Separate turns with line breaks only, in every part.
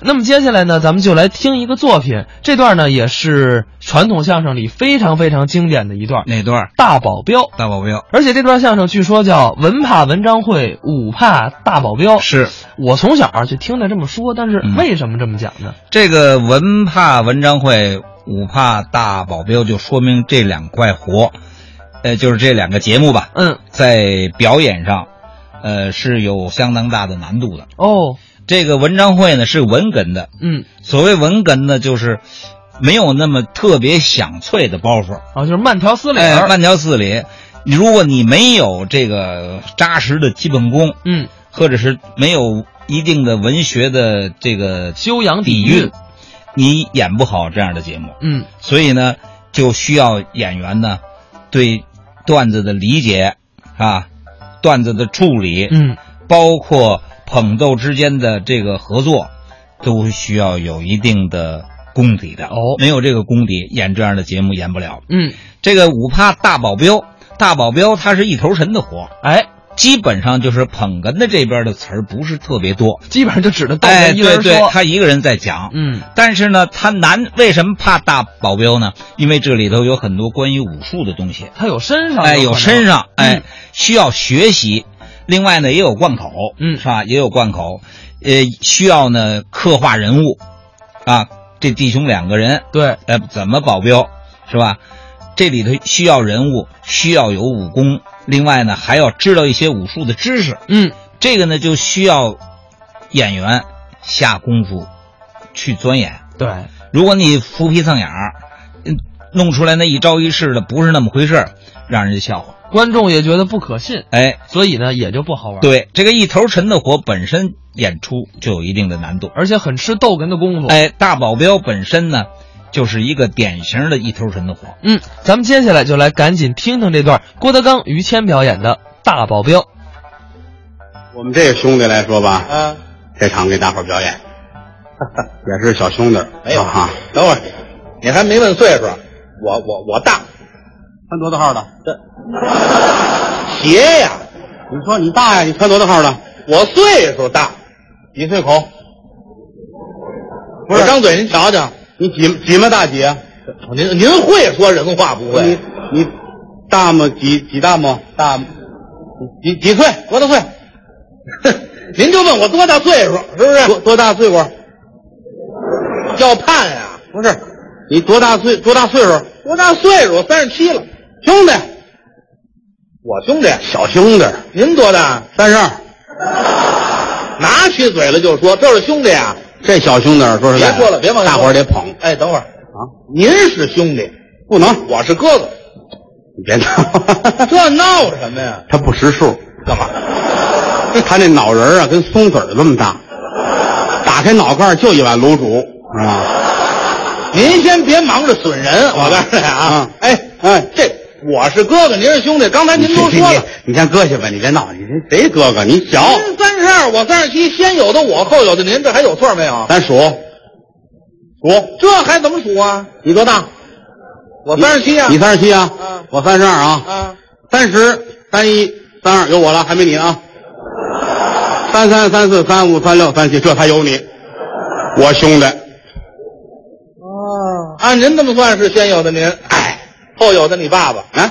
那么接下来呢，咱们就来听一个作品，这段呢也是传统相声里非常非常经典的一段《
哪段？
大保镖》，
大保镖
而且这段相声据说叫“文怕文章会，武怕大保镖”。
是
我从小啊就听着这么说，但是
嗯
为什么这么讲呢？
这个文怕文章会，武怕大保镖，就说明这两块活，呃，就是这两个节目吧，
嗯，
在表演上，呃，是有相当大的难度的。
哦，
这个文章会呢是文哏的，
嗯，
所谓文哏呢，就是没有那么特别响脆的包袱，
啊，就是慢条斯理
哎，
儿，
慢条斯理。如果你没有这个扎实的基本功，
嗯，
或者是没有一定的文学的这个
修养底
底蕴，你演不好这样的节目。
嗯，
所以呢，就需要演员呢对段子的理解啊，段子的处理，
嗯，
包括捧逗之间的这个合作，都需要有一定的功底的。
哦
没有这个功底，演这样的节目演不了。
嗯，
这个五怕大保镖，大保镖他是一头神的活。
哎，
基本上就是捧哏的这边的词儿不是特别多，
基本上就指着逗
哎，
哏一
对
人
对
说，，
他一个人在讲，
嗯，
但是呢，他难为什么怕大保镖呢？因为这里头有很多关于武术的东西，
他有身上，
哎，有身，上，
嗯
哎，需要学习。另外呢，也有贯口，
嗯
是吧？也有贯口，呃，需要呢刻画人物，啊，这弟兄两个人，
对，
呃，怎么保镖，是吧？这里头需要人物，需要有武功，另外呢还要知道一些武术的知识。
嗯，
这个呢就需要演员下功夫去钻研。
对，
如果你浮皮蹭眼儿，嗯，弄出来那一招一式的不是那么回事儿，让人家笑话。
观众也觉得不可信，
哎，
所以呢也就不好玩。，
对，这个一头沉的活本身演出就有一定的难度。
而且很吃逗哏的功夫。
哎，大保镖本身呢，就是一个典型的一头沉的活。
嗯，咱们接下来就来赶紧听听这段郭德纲、于谦表演的《大保镖》。
我们这个兄弟来说吧，
啊，
这场给大伙儿 表演，也是小兄弟儿，
没有
啊哈，
等会儿，你还没问岁数，我我我大
穿多大号的？
鞋呀，
你说你大呀，你穿多大号的？
我岁数大，
几岁口？不
我
是，
张嘴您瞧瞧，
你几几么大几啊？
您您会说人话不会
你？你大么几几大么大么？
几几岁？多大岁？ 您就问我多大岁数，是不是？
多多大岁数？
要判呀、
不是，你多大岁多大岁数？
多大岁数？三十七了，
兄弟，
我兄弟，
小兄弟儿，
您多大？
三十二。
拿起嘴来就说，这是兄弟啊！
这小兄弟儿说实
别
在的，
说了，别往下
大
说
伙儿得捧
哎，等会儿
啊，
您是兄弟，
不能，
我是哥哥，
你别闹，
这闹什么呀？
他不识数。
干嘛？
他那脑仁儿啊，跟松子儿这么 大，打开脑盖儿就一碗卤煮，啊，
您先别忙着损人，我告诉你啊
嗯，
哎
哎，
这我是哥哥，您是兄弟，刚才您都说了，
你，你先搁下吧，你别闹，你这谁哥哥？你小，
您三十二，我三十七，先有的我，后有的您，这还有错没有？
咱数数，
这还怎么数啊？
你多大？
我三十七啊，
你三十七啊
啊，
我三十二啊，
啊，
三十三一三二有我了，还没你呢啊，三三三四三五三六三七，这才有你，我兄弟，
按您这么算是先有的您，哎，后有的你爸爸，
哎，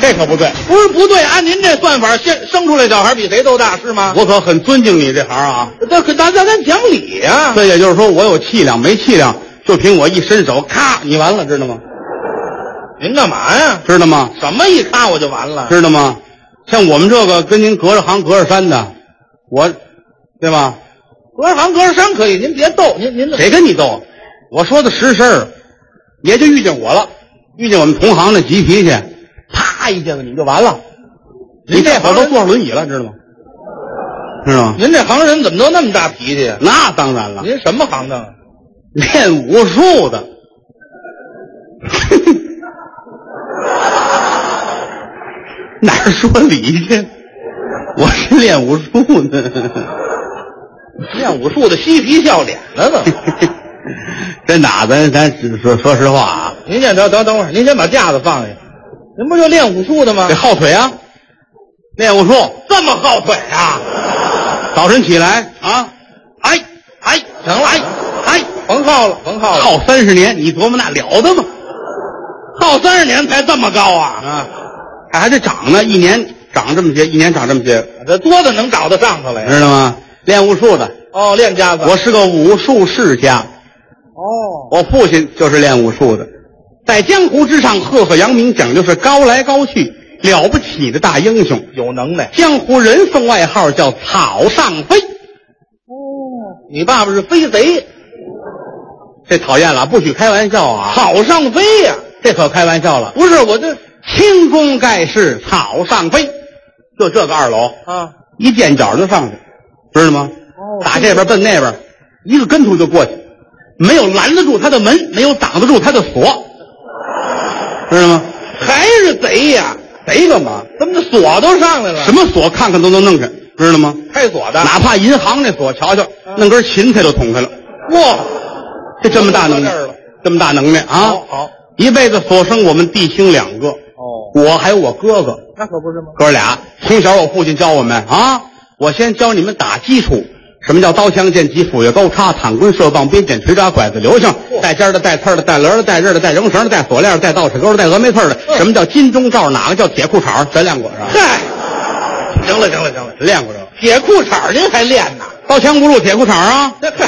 这可不对。
不是不对，按您这算法，先生出来小孩比谁都大是吗？
我可很尊敬你这行啊，
这可咱咱咱讲理呀、
这也就是说我有气量，没气量就凭我一伸手，咔，你完了，知道吗？
您干嘛呀？
知道吗？
什么一看我就完了？
知道吗？像我们这个跟您隔着行隔着山的，我，对吧？
隔行隔山可以，您别逗，您您
谁跟你斗？我说的实事儿，也就遇见我了，遇见我们同行的急脾气，
啪一下子你就完了。
你
您这
我
行
都
人，
坐上轮椅了，知道吗？知道吗？
您这行人怎么都那么大脾气呀？
那当然了，
您什么行当啊？
练武术的， 哪儿说理去？我是练武术的，
练武术的嬉皮笑脸呢？ 怎么？
这哪咱咱只说说实话啊，
您先等等等会儿，您先把架子放下。您不就
哎
练武术的吗
这？后腿啊，练武术
这么好腿啊？
早晨起来啊，
哎哎，
行了
哎哎，甭耗了，甭耗了，
耗三十年，你琢磨那了得吗？
耗三十年才这么高啊！
啊，还还得长呢，一年长这么些，一年长这么些，
这多的能找得上头来呀
知道吗？练武术的，
哦，练家子，
嗯我是个武术世家，
哦，
我父亲就是练武术的，在江湖之上赫赫扬名，讲究是高来高去，了不起的大英雄。
有能耐。
江湖人奉外号叫“草上飞
你爸爸是飞贼，”，
这讨厌了，不许开玩笑啊！
草上飞呀、
这可开玩笑了，
不是我这
轻功盖世，草上飞，就这个二楼，
啊，哦
一垫脚就上去，知道吗？打这边奔那边，一个跟头就过去，没有拦得住他的门，没有挡得住他的锁，知道吗？
还是贼呀、
谁干嘛？
怎么这锁都上来了？
什么锁看看都能弄开，知道吗？
开锁的？
哪怕银行那锁，瞧瞧，弄根芹菜都捅开了。
嚯，
这这么大能耐
说到这儿了，
这么大能耐啊！
好好
一辈子所生我们弟兄两个，
哦，
我还有我哥哥，
那可不是吗？
哥俩从小我父亲教我们啊，我先教你们打基础，什么叫刀枪剑戟斧钺钩叉躺棍射棒鞭锏锤抓拐子流星，带尖儿的带刺儿的带轮儿的带刃儿的带绳绳儿的带锁链儿的带倒齿钩儿的带峨眉刺儿的，什么叫金钟罩，哪个叫铁裤衩儿，全练过是吧？
嗨，行了行了行了，
全练过这个，
铁裤衩儿您还练呢？
刀枪不入铁裤衩儿啊，
这嗨，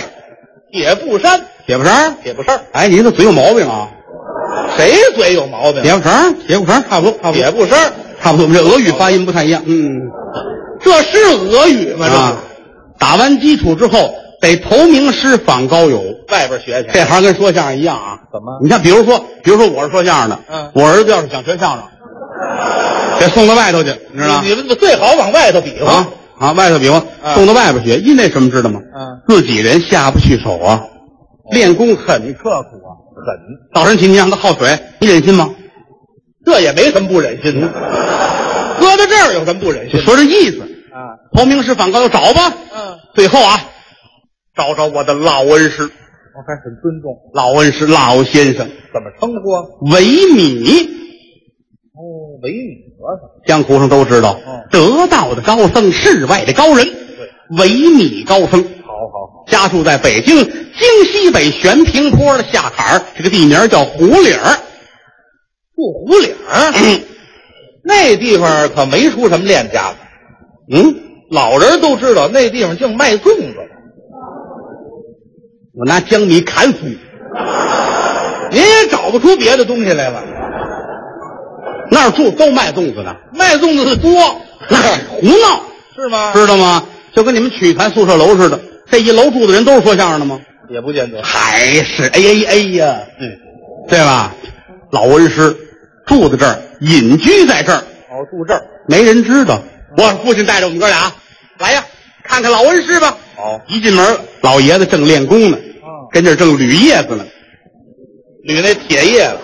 铁布衫，
铁布绳儿。
铁布衫，
哎，您这嘴有毛病啊！
谁嘴有毛病？
铁布绳儿，铁布绳儿，差不多，差不多，
铁布衫，
差不多。我们这俄语发音不太一样，嗯，
这是俄语吗？这、
啊，打完基础之后得投名师访高友，
外边学去
这行跟说相声一样啊。
怎么
你看，比如说，比如说我是说相声的，
嗯
我儿子要是想学相声，得送到外头去，你知道吗
你？你们最好往外头比划。
啊啊，外头比划，
嗯
送到外边学，因为什么知道吗？
嗯，
自己人下不去手啊，练功很刻苦啊。
狠，
早晨起你让他耗水，你忍心吗？
这也没什么不忍心的。搁到这儿有什么不忍
就
心
嗯说这意思，
的啊？
投名师访高友，找吧。
嗯，
最后啊，找找我的老恩师，
我还很尊重。
老恩师老先生
怎么称呼啊？
韦米，
哦，维米和尚。
江湖上都知道，
嗯
得道的高僧，世外的高人，韦米高僧，
好好好，
家住在北京京西北悬平坡的下坎儿，这个地名叫胡岭儿。
住湖岭儿，那地方可没出什么练家子，
嗯，
老人都知道那地方净卖粽子。
我拿江米砍死你，
您也找不出别的东西来了，
那儿住都卖粽子呢，
卖粽子的多，
那是胡闹，
是吗？
知道吗？就跟你们曲坛宿舍楼似的，这一楼住的人都是说相声的吗？
也不见得。
还是哎哎哎呀，
嗯，
对吧？老恩师住在这儿，隐居在这儿，
哦，住这儿，
没人知道。我父亲带着我们哥俩来呀，看看老恩师吧。
好，
一进门，老爷子正练功呢，
哦
跟这儿正捋叶子呢，
捋那铁叶子，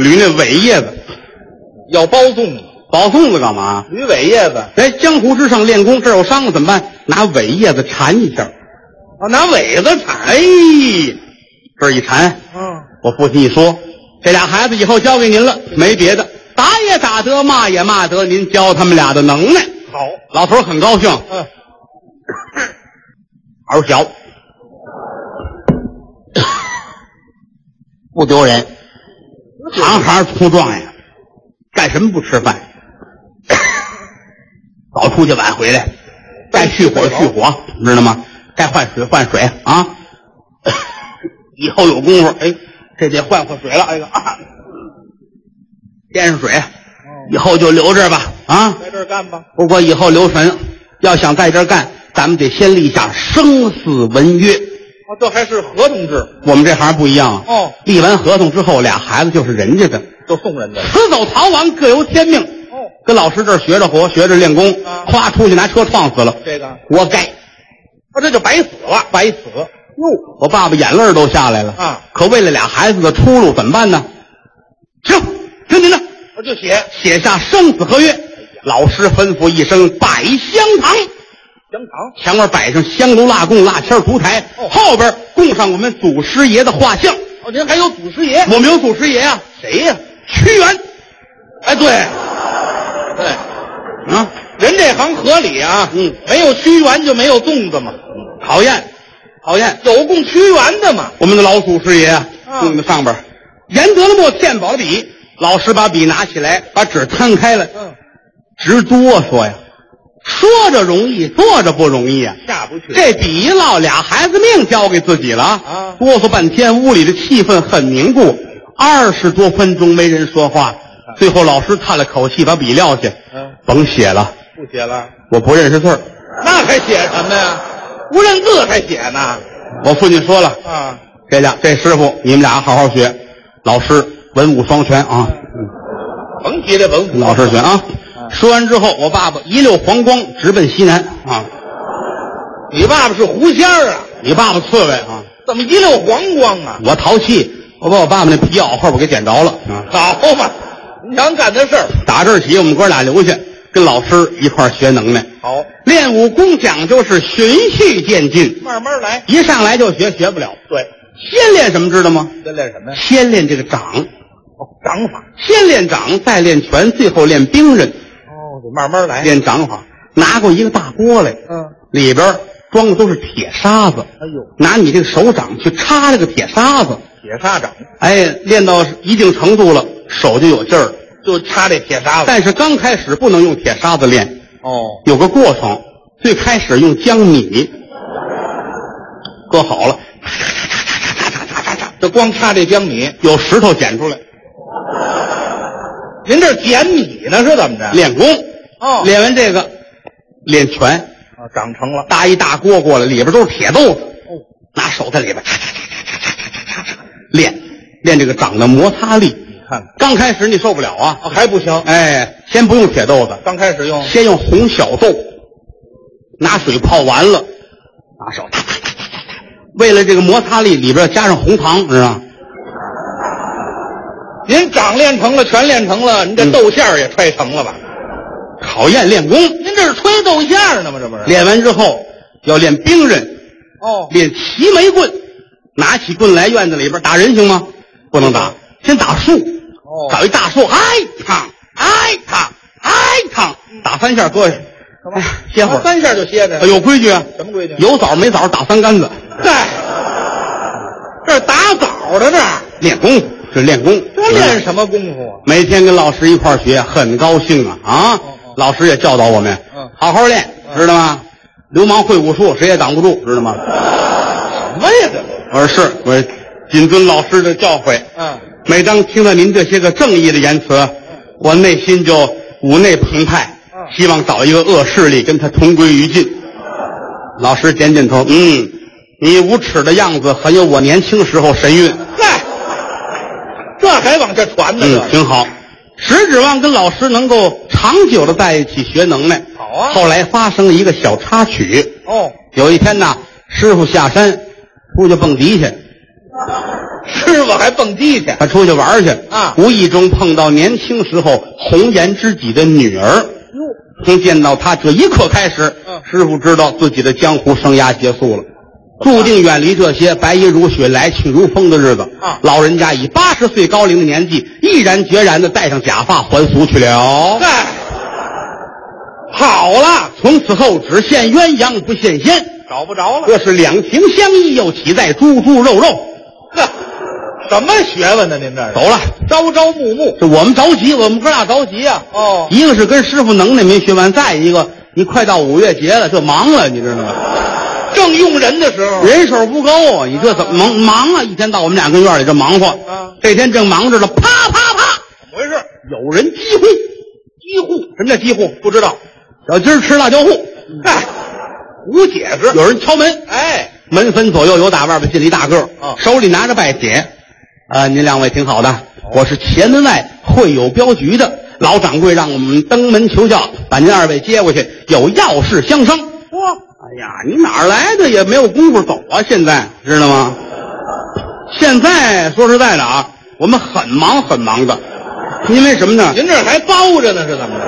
捋那苇叶子。
要包粽子，
保粽子干嘛？
捋苇叶子
哎，江湖之上练功，这儿有伤了怎么办？拿苇叶子缠一下。哦
啊，拿苇子铲。
哎，这儿一缠，
嗯，
我父亲一说，这俩孩子以后交给您了，没别的，打也打得，骂也骂得，您教他们俩的能耐。
好，
老头儿很高兴，
嗯，
儿小，不丢人，行行出状元，干什么不吃饭？早出去晚回来，该去火去火，知道吗？该换水换水啊！以后有功夫，哎，这得换换水了。哎呀，啊添上水，以后就留这儿吧啊！
在这儿干吧。
不过以后留神，要想在这儿干，咱们得先立下生死文约。
哦，这还是合同制，
我们这行不一样啊，
哦，
立完合同之后，俩孩子就是人家的，
就送人的。
死走逃亡各由天命。
哦，
跟老师这儿学着活，学着练功，
啊
咵出去拿车撞死了，
这个，啊，
活该。
这就白死了，白死。哟，
我爸爸眼泪儿都下来了
啊！
可为了俩孩子的出路怎么办呢？行，听您的，
我啊就写
写下生死合约。老师吩咐一声“摆香堂”。
香肠。
前面摆上香炉、蜡供、蜡签、烛台，
哦
后边供上我们祖师爷的画像。
哦，您还有祖师爷？
我们有祖师爷啊，
谁呀、
屈原。哎，对，
对，
啊，
嗯人这行合理啊，
嗯，
没有屈原就没有粽子嘛，
讨厌，讨厌，
有供屈原的嘛，
我们的老祖师爷啊，
啊
弄在上边儿，严德了墨，献宝了笔。老师把笔拿起来，把纸摊开了，
嗯，
直哆嗦呀。说着容易，做着不容易啊。
下不去，
这笔一落，俩孩子命交给自己了
啊
哆嗦半天，屋里的气氛很凝固，二十多分钟没人说话。最后老师叹了口气，把笔撂下，
嗯，
甭写了，
不写了，
我不认识字儿。
那还写什么呀？不认字还写呢？
我父亲说了，
啊，
这俩这师傅，你们俩好好学，老师文武双全啊，
甭提这文武，
老师全啊。说完之后，我爸爸一溜黄光直奔西南啊，
你爸爸是狐仙儿啊？
你爸爸刺猬啊，
怎么一溜黄光啊？
我淘气，我把我爸爸那皮袄后边给点着了啊。
好嘛，你想干的事儿
打这儿起，我们哥俩留下，跟老师一块儿学能耐。
好，
练武功讲究是循序渐进，
慢慢来。
一上来就学学不了。
对，
先练什么知道吗？
这练什么呀？
先练这个掌，
哦，掌法。
先练掌，再练拳，最后练兵刃，
哦，得慢慢来。
练掌法。拿过一个大锅来，
嗯，
里边儿装的都是铁砂子，
哎呦，
拿你这个手掌去插这个铁砂子，
铁砂掌
哎，练到一定程度了，手就有劲儿了。
就插这铁砂子。
但是刚开始不能用铁砂子练，
哦，
有个过程，最开始用江米搁好了，
就光插这江米，
有石头捡出来
您这儿捡米呢是怎么着？
练功。
哎哦
练完这个练拳，
啊，长成了。
搭一大锅过来，里边都是铁豆子，
哦，
拿手在里边练练这个掌的摩擦力。
你看看，
刚开始你受不了啊，
哦，还不行。
哎，先不用铁豆子，
刚开始用
先用红小豆，拿水泡完了，拿手，为了这个摩擦力，里边加上红糖，知道吗？
您掌练成了，全练成了，
嗯
您这豆馅儿也揣成了吧？
考验练功。
您这是揣豆馅儿呢吗？这不是？
练完之后要练兵刃，
哦，
练齐眉棍，拿起棍来院子里边打人行吗？不能打，先打树，
哦
找一大树，哎烫，哎烫，哎烫，打三下搁下，哎呀歇会
啊
儿。
三下就歇着
哎。有规矩啊，
什么规矩
有枣没枣打三杆子，
嗨，这是打枣的这儿，
练功夫这练功，
这练什么功夫啊？
每天跟老师一块儿学，很高兴啊啊
哦哦！
老师也教导我们
嗯，
好好练，知道吗？流氓会武术，谁也挡不住，知道吗？
什么呀？这都是
我说是，我谨遵老师的教诲。
嗯，
每当听到您这些个正义的言辞，我内心就五内澎湃，
嗯
希望找一个恶势力跟他同归于尽。老师点点头，嗯，你无耻的样子很有我年轻时候神韵，
嗨，这还往这传呢？
嗯，
这
挺好。实指望跟老师能够长久的在一起学能耐。
好啊
后来发生了一个小插曲，
哦，
有一天呐，师傅下山出去蹦迪去，
师傅还蹦迪去。
他出去玩去
啊
无意中碰到年轻时候红颜知己的女儿。从见到她这一刻开始，
嗯
师傅知道自己的江湖生涯结束了，注定远离这些白衣如雪、来去如风的日子。
啊
老人家以八十岁高龄的年纪，毅然决然的戴上假发还俗去了。
嗨，跑了，
从此后只现鸳鸯不现仙，
找不着了。
这是两情相依，又岂在猪猪肉肉？
呵，什么学问呢？您这是
走了，
朝朝暮暮。
这我们着急，我们哥俩着急啊！
哦，
一个是跟师傅能耐没学完，再一个你快到五月节了，这忙了，你知道吗？
正用人的时候，
人手不够啊，你这怎么忙忙啊？一天到晚我们俩跟院里这忙活，
啊
这天正忙着呢，啪啪啪，
怎么回事？
有人击户，击户，什么叫击户？不知道。小鸡儿吃辣椒户，
嗨，无解释。
有人敲门，
哎，
门分左右有打外边进了一大个儿，
啊
手里拿着拜帖，啊、您两位挺好的，
哦
我是前门外会友镖局的老掌柜，让我们登门求教，把您二位接过去，有要事相商。
嚯，
哎呀，你哪儿来的？也没有功夫走啊！现在知道吗？现在说实在的啊，我们很忙很忙的，因为什么呢？
您这还包着呢，是怎么着？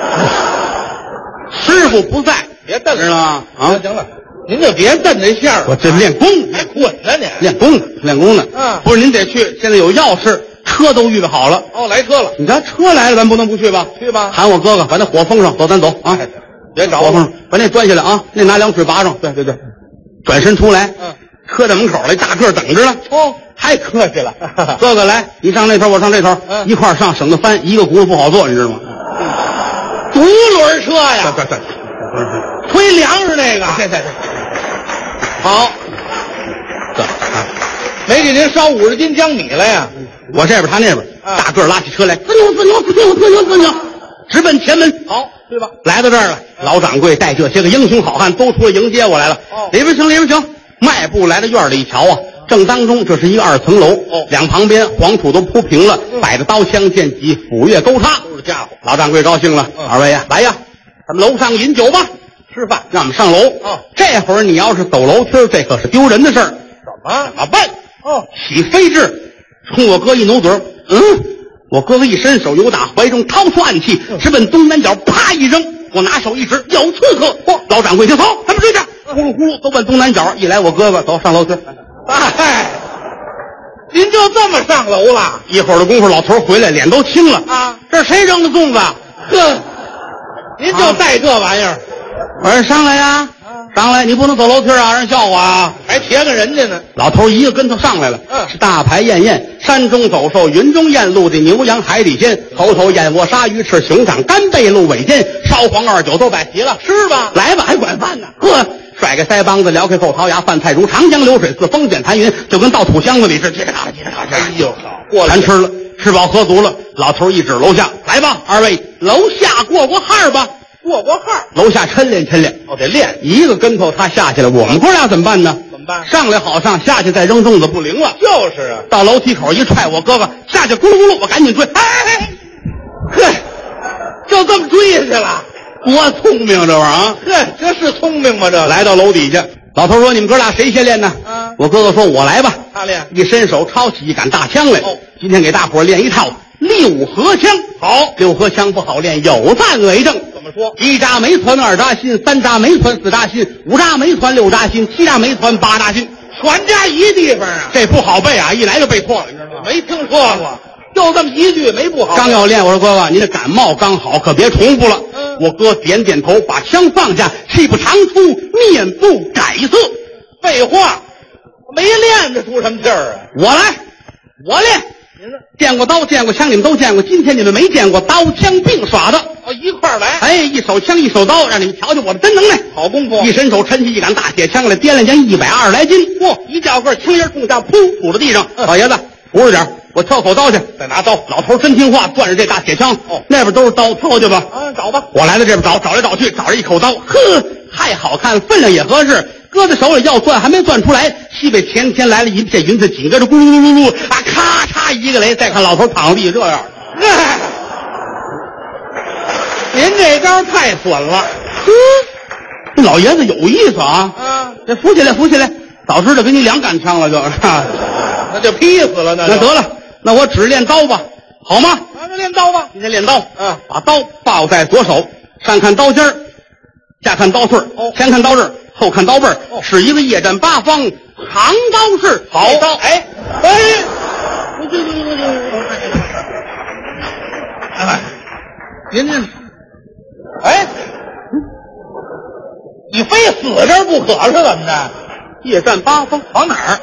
师傅不在，
别瞪了
知道吗？啊
行，行了，您就别瞪这馅儿了。
我这练功，
还滚呢你？
练功呢，练功呢。
嗯
不是您得去，现在有要事，车都预备好了。
哦，来车了，
你看车来了，咱不能不去吧？
去吧
喊我哥哥把那火封上，走，咱走啊
哎！别找
火
我
凤，把那端下来啊，那拿两腿拔上，对对对，转身出来，
嗯，
磕在门口来，大个儿等 着了。
哦，，
太客 气了哥哥来，你上那头，我上这头，
嗯
一块儿上，省得翻，一个轱辘不好坐，你知道吗？
嗯独轮车呀，
对对，
推粮食那个，
对对对，
好，
对啊
没给您烧五十斤江米了呀？
我这边他那边，
啊
大个儿拉起车来，滋扭滋扭滋扭滋扭滋扭，直奔前门。
好，嗯对吧？
来到这儿了，老掌柜带这些个英雄好汉都出来迎接我来了。
哦嗯
里边请，里边请。迈步来到院里一瞧啊，正当中这是一个二层楼，
哦嗯
两旁边黄土都铺平了，摆着刀枪剑戟、斧钺钩叉，
都是家伙
老掌柜高兴了，
嗯
二位呀，来呀，咱们楼上饮酒吧，
吃饭
让我们上楼。
哦
这会儿你要是走楼梯儿，这可是丢人的事儿，
怎么
怎？么办？
哦，
起飞至，冲我哥一努嘴儿，嗯，我哥哥一伸手，由打怀中掏出暗器，直奔东南角，啪一扔。我拿手一指，有刺客！老掌柜就走，咱们追着，呼噜呼噜都奔东南角。一来我哥哥走上楼去，
哎，您就这么上楼了？
一会儿的功夫，老头儿回来脸都青了
啊！
这谁扔的粽子？
呵，您就带这玩意儿，
我说上来呀，上来，你不能走楼梯啊，让人笑话啊！
还撇个人家呢？
老头一个跟头上来了，
嗯
是大排宴宴，山中走兽，云中雁，陆地牛羊，海底鲜，头头燕窝，鲨鱼翅，熊掌，干贝鹿，尾尖，烧黄二九都摆齐了，
是吧
来吧，还管饭呢？呵，甩开腮帮子，撩开后槽牙，饭菜如长江流水似，风卷残云，就跟到土箱子里似的，叽里嘎啦，叽里嘎啦。
哎呦，过来
全吃了，吃饱喝足了，老头一指楼下，来吧，二位楼下过过汉儿吧，
过过号，
楼下抻练抻练。
哦，得练，
一个跟头他下去了，我们哥俩怎么办呢？
怎么办
上来好上，下去再扔粽子不灵了。
就是啊，
到楼梯口一踹，我哥哥下去咕噜咕噜，我赶紧追。哎哎哎，
呵，就这么追下去了。
多聪明这玩意儿啊！
呵，这是聪明吗？这
来到楼底下，老头说：“你们哥俩谁先练呢？”
嗯
我哥哥说：“我来吧。”
他练
一伸手抄起一杆大枪来。
哦
今天给大伙儿练一套六合枪。
好
六合枪不好练，有赞为证。
怎么说？
一扎没穿，二扎心，三扎没穿，四扎心，五扎没穿，六扎心，七扎没穿，八扎心。
全家一地方啊，
这不好背啊，一来就背错了，你知道吗？
没听说过，就这么一句没不好。
刚要练，我说哥哥，您这感冒刚好，可别重复了。
嗯
我哥点点头，把枪放下，气不长出，面不改色。
废话，没练着出什么劲儿啊？
我来，我练。见过刀，见过枪，你们都见过。今天你们没见过刀枪并耍的。
哦，一块儿来，
哎，一手枪，一手刀，让你们瞧瞧我的真能耐。
好功夫。
一伸手抻起一杆大铁枪来，掂量将一百二十来斤。嚯、一较个儿，枪烟冲下，噗，杵在地上。老爷子，扶着点儿，我挑口刀去。
再拿刀，
老头儿真听话，攥着这大铁枪。
哦
那边都是刀，挑去吧。
啊，找吧。
我来到这边找，找来找去，找着一口刀，呵，太好看，分量也合适，搁在手里要攥还没攥出来。西北前天来了一片云彩，紧跟着咕噜噜噜噜啊，咔嚓一个雷。再看老头躺地这样，
哎您这招太损了
呵，这嗯老爷子有意思啊！
啊！
这扶起来，扶起来，早知道给你两杆枪了就， 哈
那就劈死了，那
那
就
得了，那我只练刀吧，好吗？
那就练刀吧。
今天练刀，
嗯
把刀抱在左手，上看刀尖儿，下看刀穗儿，
哦
前看刀刃儿，后看刀背儿，
哦
是一个夜战八方扛刀式。
好
这刀，
哎哎，我这这这这，哎，您这，哎，你非死这儿不可是怎么着？
夜战八方
往哪儿？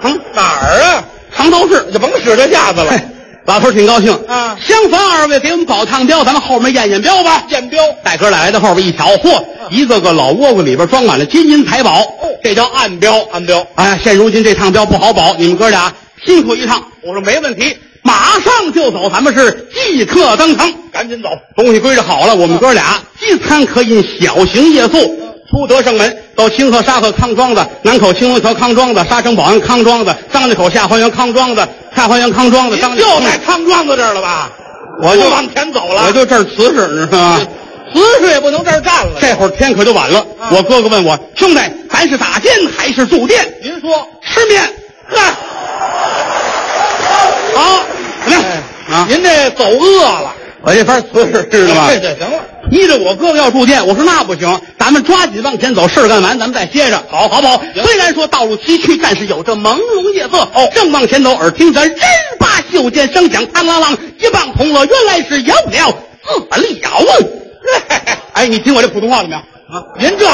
哼，
扛
哪儿啊？
扛刀式，
你就甭使这架子了。
嘿 老头儿挺高兴
啊
相烦二位给我们搞趟镖，咱们后面验验镖吧。
剑镖
带哥俩来到后边一瞧，嚯，
啊
一个个老窝瓜里边装满了金银财宝，这叫暗镖。
哦暗镖，
哎，现如今这趟镖不好保，你们哥俩辛苦一趟，
我说没问题，
马上就走，咱们是即刻登堂。
赶紧走。
东西归置好了，我们哥俩饥餐渴饮，小行夜宿，出德胜门，到清河、沙河、康庄子，南口清河桥、康庄子，沙城、保安、康庄子，张家口下花园、康庄子，下花园、康庄子，
您
张家口
就在康庄子这儿了吧？
嗯我就
不往前走了，嗯
我就这儿辞职，你知道吗？
姿势也不能这儿站了。
这会儿天可就晚了。
啊
我哥哥问我兄弟，咱是打尖还是住店？
您说，
吃面。
呵，
好，来、啊！
哎您哎这走饿了，
我这番辞职知道吗？
这这行了，
依着我哥哥要住店，我说那不行，咱们抓紧往前走，事儿干完咱们再歇着，好好不好？
行
虽然说道路崎岖，但是有着朦胧夜色。哦，正往前走，耳听咱人八袖间声响，嘡啷啷，一棒铜锣，原来是摇不了，自了啊！ 哎，你听我这普通话了没有？
啊，您这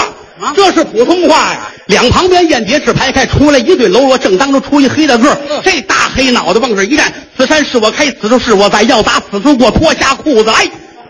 这是普通话呀？
两旁边雁别翅排开，出来一对喽啰，正当中出一黑大个儿
嗯
这大黑脑袋往这一站，此山是我开，此处是我在，要打此处过，脱下裤子来，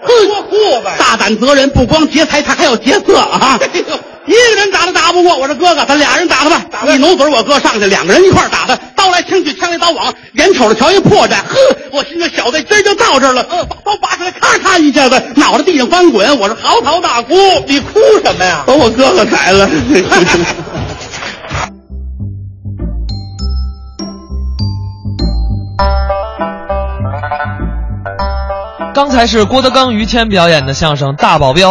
脱裤子呀
大胆责人，不光劫财，他还要劫色啊！
哎呦
一个人打他打不过，我说哥哥，咱俩人打他吧，
打吧
一努嘴我哥上去，两个人一块儿打他，刀来枪去，枪来刀往，眼瞅着瞧一破绽，呵，我心说小子今儿就到这儿了，
嗯
把刀拔出来，咔嚓一下子，脑袋地上翻滚，我是嚎啕大哭，
你哭什么呀？
把我哥哥宰 了。
刚才是郭德纲、于谦表演的相声《大保镖》。